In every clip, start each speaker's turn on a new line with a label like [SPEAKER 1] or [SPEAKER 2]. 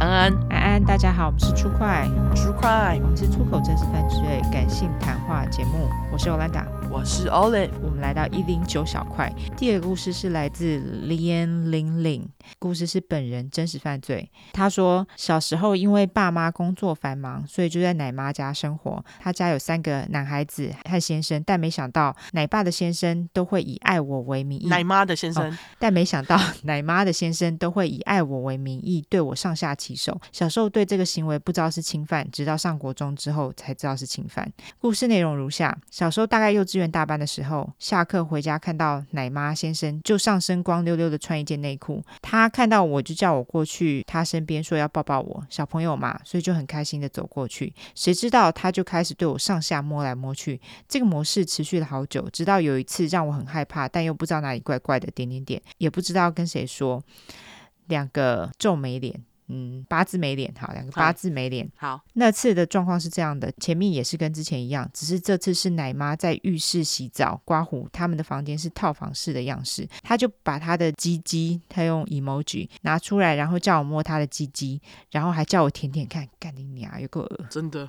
[SPEAKER 1] 安，大家好，我们是出快，
[SPEAKER 2] True
[SPEAKER 1] 我
[SPEAKER 2] Crime，
[SPEAKER 1] 们是出口真实犯罪感性谈话节目，我是 Olanda。
[SPEAKER 2] 我是 Olive。
[SPEAKER 1] 我们来到一零九小块，第二个故事是来自连玲玲，故事是本人真实犯罪。她说，小时候因为爸妈工作繁忙，所以就在奶妈家生活。她家有三个男孩子和先生，但没想到奶爸的先生都会以爱我为名义
[SPEAKER 2] 奶妈的先生，
[SPEAKER 1] 但没想到奶妈的先生都会以爱我为名义对我上下其手。小时候对这个行为不知道是侵犯，直到上国中之后才知道是侵犯。故事内容如下：小时候大概幼稚园大班的时候，下课回家看到奶妈先生就上身光溜溜的穿一件内裤，他看到我就叫我过去他身边说要抱抱我，小朋友嘛，所以就很开心的走过去。谁知道他就开始对我上下摸来摸去，这个模式持续了好久，直到有一次让我很害怕，但又不知道哪里怪怪的，点点点，也不知道跟谁说。两个皱眉脸，嗯，八字眉脸，好，两个八
[SPEAKER 2] 好
[SPEAKER 1] 字眉脸。
[SPEAKER 2] 好，
[SPEAKER 1] 那次的状况是这样的，前面也是跟之前一样，只是这次是奶妈在浴室洗澡，刮胡，他们的房间是套房式的样式，她就把她的鸡鸡，她用 emoji 拿出来，然后叫我摸她的鸡鸡，然后还叫我舔舔看，干你娘，有够恶
[SPEAKER 2] 真的，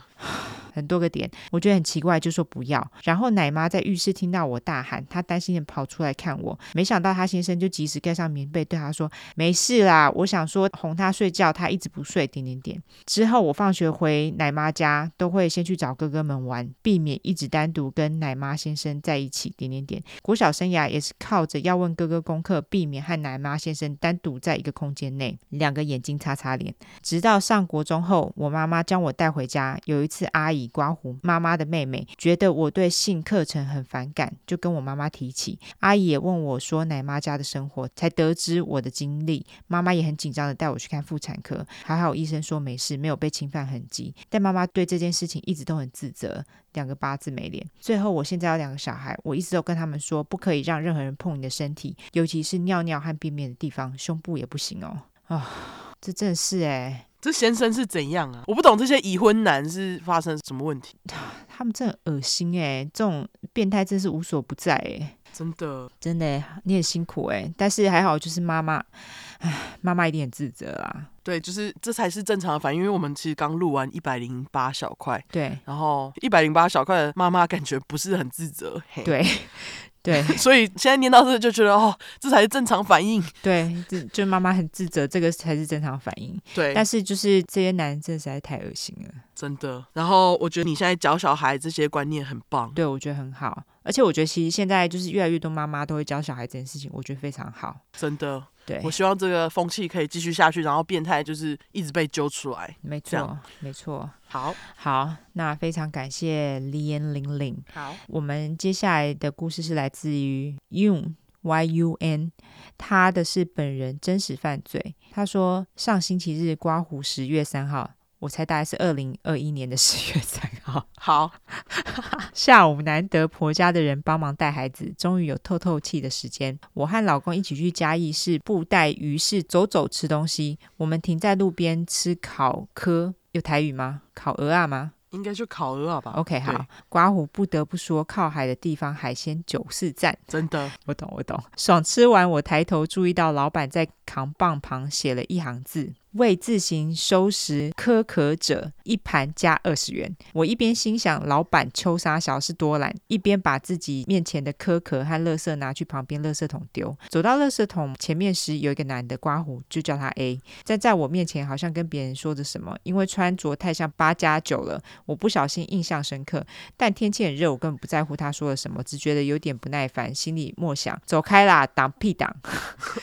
[SPEAKER 1] 很多个点，我觉得很奇怪，就说不要。然后奶妈在浴室听到我大喊，她担心的跑出来看我，没想到她先生就及时盖上棉被，对她说：“没事啦，我想说哄她睡觉，她一直不睡。”点点点。之后我放学回奶妈家，都会先去找哥哥们玩，避免一直单独跟奶妈先生在一起。点点点。国小生涯也是靠着要问哥哥功课，避免和奶妈先生单独在一个空间内，两个眼睛擦擦脸。直到上国中后，我妈妈将我带回家。有一次，阿姨刮胡妈妈的妹妹，觉得我对性课程很反感，就跟我妈妈提起。阿姨也问我说奶妈家的生活，才得知我的经历。妈妈也很紧张的带我去看妇产科，还好医生说没事，没有被侵犯痕迹。但妈妈对这件事情一直都很自责，两个八字没脸。最后，我现在有两个小孩，我一直都跟他们说，不可以让任何人碰你的身体，尤其是尿尿和便便的地方，胸部也不行哦。啊、这真的是哎、
[SPEAKER 2] 这先生是怎样啊？我不懂这些已婚男是发生什么问题，
[SPEAKER 1] 他们真的很恶心哎、这种变态真是无所不在哎、
[SPEAKER 2] 真的。
[SPEAKER 1] 真的、欸，你很辛苦哎、但是还好，就是妈妈，唉，妈妈一定很自责啊。
[SPEAKER 2] 对，就是这才是正常的反应，因为我们其实刚录完一百零八小块，
[SPEAKER 1] 对
[SPEAKER 2] 然后一百零八小块的妈妈感觉不是很自责，嘿，
[SPEAKER 1] 对 对
[SPEAKER 2] 所以现在念到这就觉得哦，这才是正常反应，
[SPEAKER 1] 对，这就妈妈很自责，这个才是正常反应。
[SPEAKER 2] 对，
[SPEAKER 1] 但是就是这些男人真的实在太恶心了，
[SPEAKER 2] 真的。然后我觉得你现在教小孩这些观念很棒，
[SPEAKER 1] 对我觉得很好，而且我觉得其实现在就是越来越多妈妈都会教小孩这件事情，我觉得非常好。
[SPEAKER 2] 真的。
[SPEAKER 1] 对
[SPEAKER 2] 我，希望这个风气可以继续下去，然后变态就是一直被揪出来。
[SPEAKER 1] 没
[SPEAKER 2] 这
[SPEAKER 1] 错
[SPEAKER 2] 样，
[SPEAKER 1] 没错。
[SPEAKER 2] 好，
[SPEAKER 1] 好，那非常感谢李妍玲玲。
[SPEAKER 2] 好，
[SPEAKER 1] 我们接下来的故事是来自于 Yun Y U N，他的是本人真实犯罪。他说上星期日刮胡十月三号，我猜大概是二零二一年的十月三号
[SPEAKER 2] 好，
[SPEAKER 1] 下午，难得婆家的人帮忙带孩子，终于有透透气的时间。我和老公一起去嘉义市布袋鱼市走走吃东西，我们停在路边吃烤科，有台语吗？烤鹅啊吗？
[SPEAKER 2] 应该就烤鹅吧
[SPEAKER 1] OK，好
[SPEAKER 2] 对，
[SPEAKER 1] 刮胡不得不说，靠海的地方海鲜九四赞，
[SPEAKER 2] 真的，
[SPEAKER 1] 我懂，我懂。爽吃完，我抬头注意到老板在扛棒旁写了一行字：“为自行收拾苛刻者，一盘加二十元。”我一边心想老板秋沙小是多懒，一边把自己面前的苛刻和垃圾拿去旁边垃圾桶丢。走到垃圾桶前面时，有一个男的刮胡，就叫他 A，站在我面前好像跟别人说着什么，因为穿着太像八加九了，我不小心印象深刻。但天气很热，我根本不在乎他说了什么，只觉得有点不耐烦，心里默想：走开啦，挡屁挡！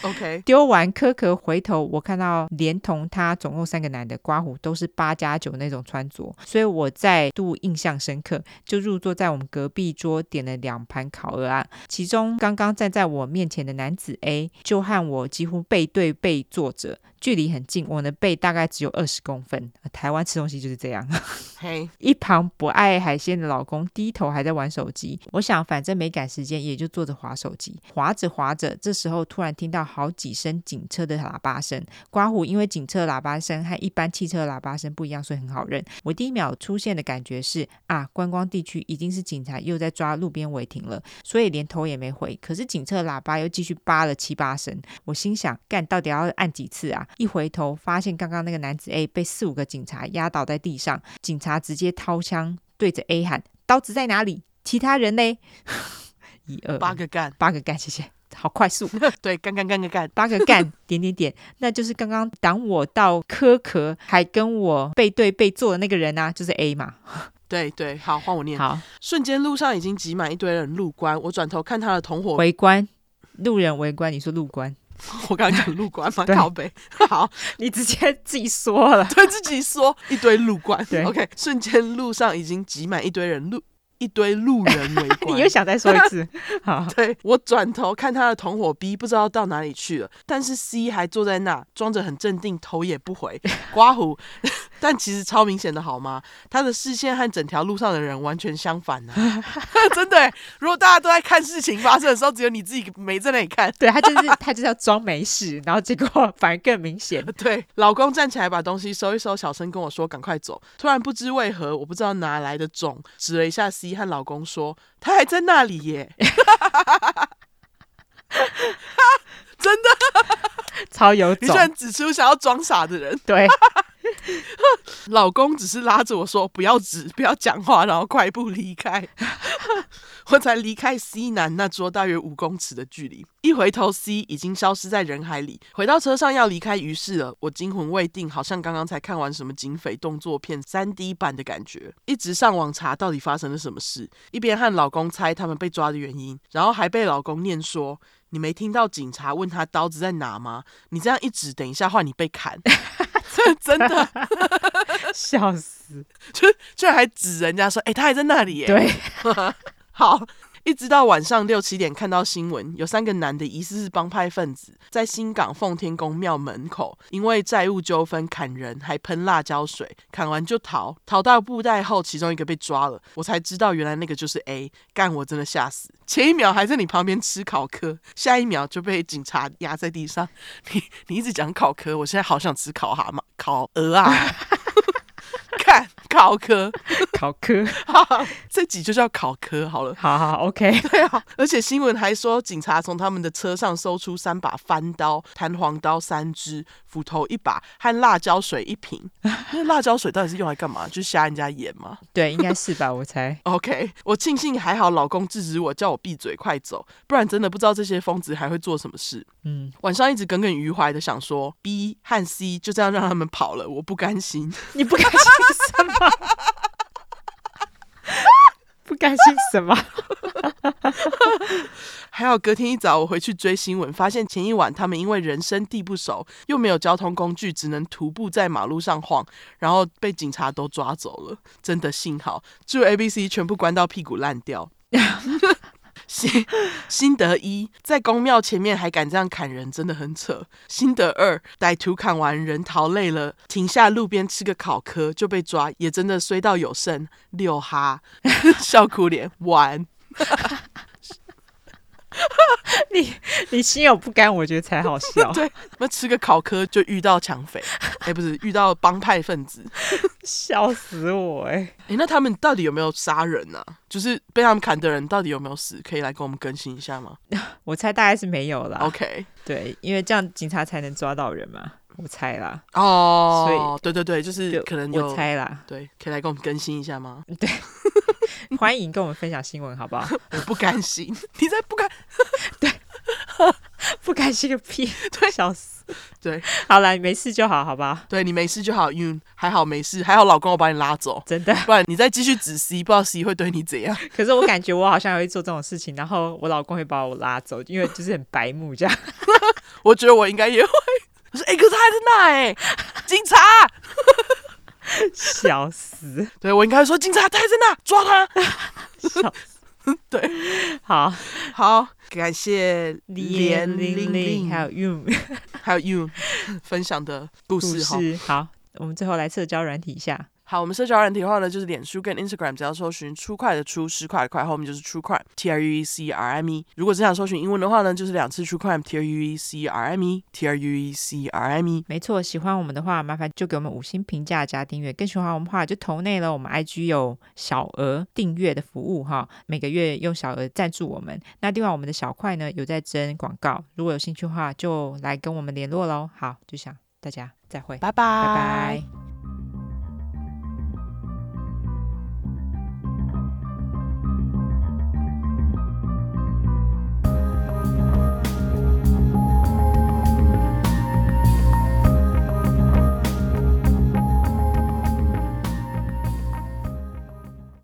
[SPEAKER 2] OK，
[SPEAKER 1] 丢完柯壳回头，我看到连同他总共三个男的刮胡都是八加九那种穿着，所以我再度印象深刻，就入座在我们隔壁桌点了两盘烤鹅啊。其中刚刚站在我面前的男子 A 就和我几乎背对背坐着，距离很近，我们的背大概只有二十公分。呃台湾吃东西就是这样。
[SPEAKER 2] 嘿，
[SPEAKER 1] 一旁不爱海鲜的老公低头还在玩手机，我想反正没赶时间，也就坐着划手机，划着划着，这时候突然听到好几声警车的喇叭声。刮胡因为警车的喇叭声和一般汽车的喇叭声不一样，所以很好认。我第一秒出现的感觉是啊，观光地区一定是警察又在抓路边违停了，所以连头也没回。可是警车的喇叭又继续叭了七八声，我心想，干到底要按几次啊？一回头发现刚刚那个男子 A 被四五个警察压倒在地上，警察直接掏枪对着 A 喊：“刀子在哪里？其他人呢？” 一二
[SPEAKER 2] 八个干，
[SPEAKER 1] 八个干，谢谢，好快速。
[SPEAKER 2] 对，干干干干干，
[SPEAKER 1] 八个 干点点点，那就是刚刚挡我到柯壳，还跟我背对背坐的那个人啊，就是 A 嘛。
[SPEAKER 2] 对对，好，换我念。
[SPEAKER 1] 好，
[SPEAKER 2] 瞬间路上已经挤满一堆人入关，我转头看他的同伙，
[SPEAKER 1] 围观路人围观，你说路观，
[SPEAKER 2] 我刚刚讲入关嘛，
[SPEAKER 1] 对
[SPEAKER 2] 靠北。 好，
[SPEAKER 1] 你直接自己说了。
[SPEAKER 2] 对自己说一堆路关。
[SPEAKER 1] 对
[SPEAKER 2] OK，瞬间路上已经挤满一堆人路，一堆路人 围
[SPEAKER 1] 你
[SPEAKER 2] 观
[SPEAKER 1] 又。想再说一 次？好，
[SPEAKER 2] 对我转头看他的同伙 B 不知道到哪里去了，但是 C 还坐在那，装着很镇定，头也不回，刮胡， 但其实超明显的好吗？他的视线和整条路上的人完全相反呢、真的欸。如果大家都在看事情发生的时候，只有你自己没在那里看。
[SPEAKER 1] 对他就是他就是要装没事，然后结果 反而更明显。
[SPEAKER 2] 对，老公站起来把东西收一收，小声跟我说：“赶快走。”突然不知为何，我不知道哪来的种，指了一下 C 和老公说：“他还在那里耶。”真的，
[SPEAKER 1] 超有
[SPEAKER 2] 你
[SPEAKER 1] 种
[SPEAKER 2] 居，然指出想要装傻的人。
[SPEAKER 1] 对，
[SPEAKER 2] 老公只是拉着我说：“不要指， 不要讲话，然后快步离开。” 我才离开 C 男那桌大约五公尺的距离，一回头，C 已经消失在人海里。回到车上要离开于是了，我惊魂未定，好像刚刚才看完什么警匪动作片三 D 版的感觉。一直上网查到底发生了什么事，一边和老公猜他们被抓的原因，然后还被老公念说：“你没听到警察问他刀子在哪吗？你这样一指，等一下换你被砍。” 真的，
[SPEAKER 1] 笑死，
[SPEAKER 2] 居然还指人家说：“哎、他还在那里耶。
[SPEAKER 1] 对，”
[SPEAKER 2] 好，一直到晚上六七点看到新闻，有三个男的疑似是帮派分子，在新港奉天宫庙门口，因为债务纠纷砍人，还喷辣椒水，砍完就逃，逃到布袋后，其中一个被抓了，我才知道原来那个就是 A，干我真的吓死，前一秒还在你旁边吃烤科，下一秒就被警察压在地上。你你一直讲烤科，我现在好想吃烤蛤蟆、烤鹅啊， 看烤科。
[SPEAKER 1] 考科，
[SPEAKER 2] 哈， 这集就叫考科好了。
[SPEAKER 1] 好好 OK，
[SPEAKER 2] 对啊，而且新闻还说，警察从他们的车上搜出三把翻刀、弹簧刀三支、斧头一把和辣椒水一瓶。 那辣椒水到底是用来干嘛？就是瞎人家眼吗？
[SPEAKER 1] 对，应该是吧，我猜。
[SPEAKER 2] OK，我庆幸还好，老公制止我，叫我闭嘴，快走，不然真的不知道这些疯子还会做什么事。
[SPEAKER 1] 嗯，
[SPEAKER 2] 晚上一直耿耿于怀的想说，B 和 C 就这样让他们跑了，我不甘心。
[SPEAKER 1] 你不甘心什么？ 不甘心什么？
[SPEAKER 2] 还有隔天一早，我回去追新闻，发现前一晚他们因为人生地不熟，又没有交通工具，只能徒步在马路上晃，然后被警察都抓走了。真的幸好，祝 A、B、C 全部关到屁股烂掉。心心得一，在公庙前面还敢这样砍人，真的很扯。心得二，歹徒砍完人逃累了，停下路边吃个烤科就被抓，也真的衰到有剩六哈，笑哭脸完。
[SPEAKER 1] 你 你心有不甘，我觉得才好 笑，
[SPEAKER 2] 对那吃个烤科就遇到抢匪，哎、不是遇到帮派分子，
[SPEAKER 1] 笑死我哎、
[SPEAKER 2] 哎、那他们到底有没有杀人呢、就是被他们砍的人到底有没有死？可以来跟我们更新一下吗、
[SPEAKER 1] 我猜大概是没有啦。
[SPEAKER 2] o k
[SPEAKER 1] 对，因为这样警察才能抓到人嘛，我猜啦，
[SPEAKER 2] 哦，对对对，就是
[SPEAKER 1] 就
[SPEAKER 2] 可能
[SPEAKER 1] 我
[SPEAKER 2] 有。
[SPEAKER 1] 猜啦。
[SPEAKER 2] 对，可以来跟我们更新一下吗？
[SPEAKER 1] 欢迎跟我们分享新闻，好不 好？
[SPEAKER 2] 我不甘心， 你在不甘
[SPEAKER 1] 不甘心个 屁，
[SPEAKER 2] 对
[SPEAKER 1] 笑死。
[SPEAKER 2] 对，
[SPEAKER 1] 好啦，没事就好，好不好？
[SPEAKER 2] 对你没事就好，因为还好没事，还好老公我把你拉走，
[SPEAKER 1] 真的。
[SPEAKER 2] 不然你再继续指 C，不知道 C 会对你怎样。
[SPEAKER 1] 可是我感觉我好像会做这种事情，然后我老公会把我拉走，因为就是很白目这样。
[SPEAKER 2] 我觉得我应该也会。我说，哎、可是他还在那哎、警察！
[SPEAKER 1] 笑死，
[SPEAKER 2] 对我应该会说，警察他还在那，抓他！
[SPEAKER 1] 笑死。
[SPEAKER 2] 对，
[SPEAKER 1] 好，
[SPEAKER 2] 好，感谢
[SPEAKER 1] 连玲玲还有 Yun
[SPEAKER 2] 还有 You 分享的故
[SPEAKER 1] 故
[SPEAKER 2] 事哈。
[SPEAKER 1] 事，好，我们最后来社交软体一下。
[SPEAKER 2] 好，我们社交软体的话呢，就是脸书跟 Instagram，只要搜寻“出快”的“出”，十块的“快”，后面就是 “True Crime” T R U E C R I M E。如果只想搜寻英文的话呢，就是两次 “True Crime” T R U E C R I M E T R U E C R I M E。
[SPEAKER 1] 没错，喜欢我们的话，麻烦就给我们五星评价加订阅。更喜欢我们的话，就投内了。我们 IG 有小额订阅的服务哈，每个月用小额赞助我们。那另外我们的小块呢有在征广告，如果有兴趣的话，就来跟我们联络喽。好，就这样，
[SPEAKER 2] 大家再会，
[SPEAKER 1] 拜拜
[SPEAKER 2] 拜拜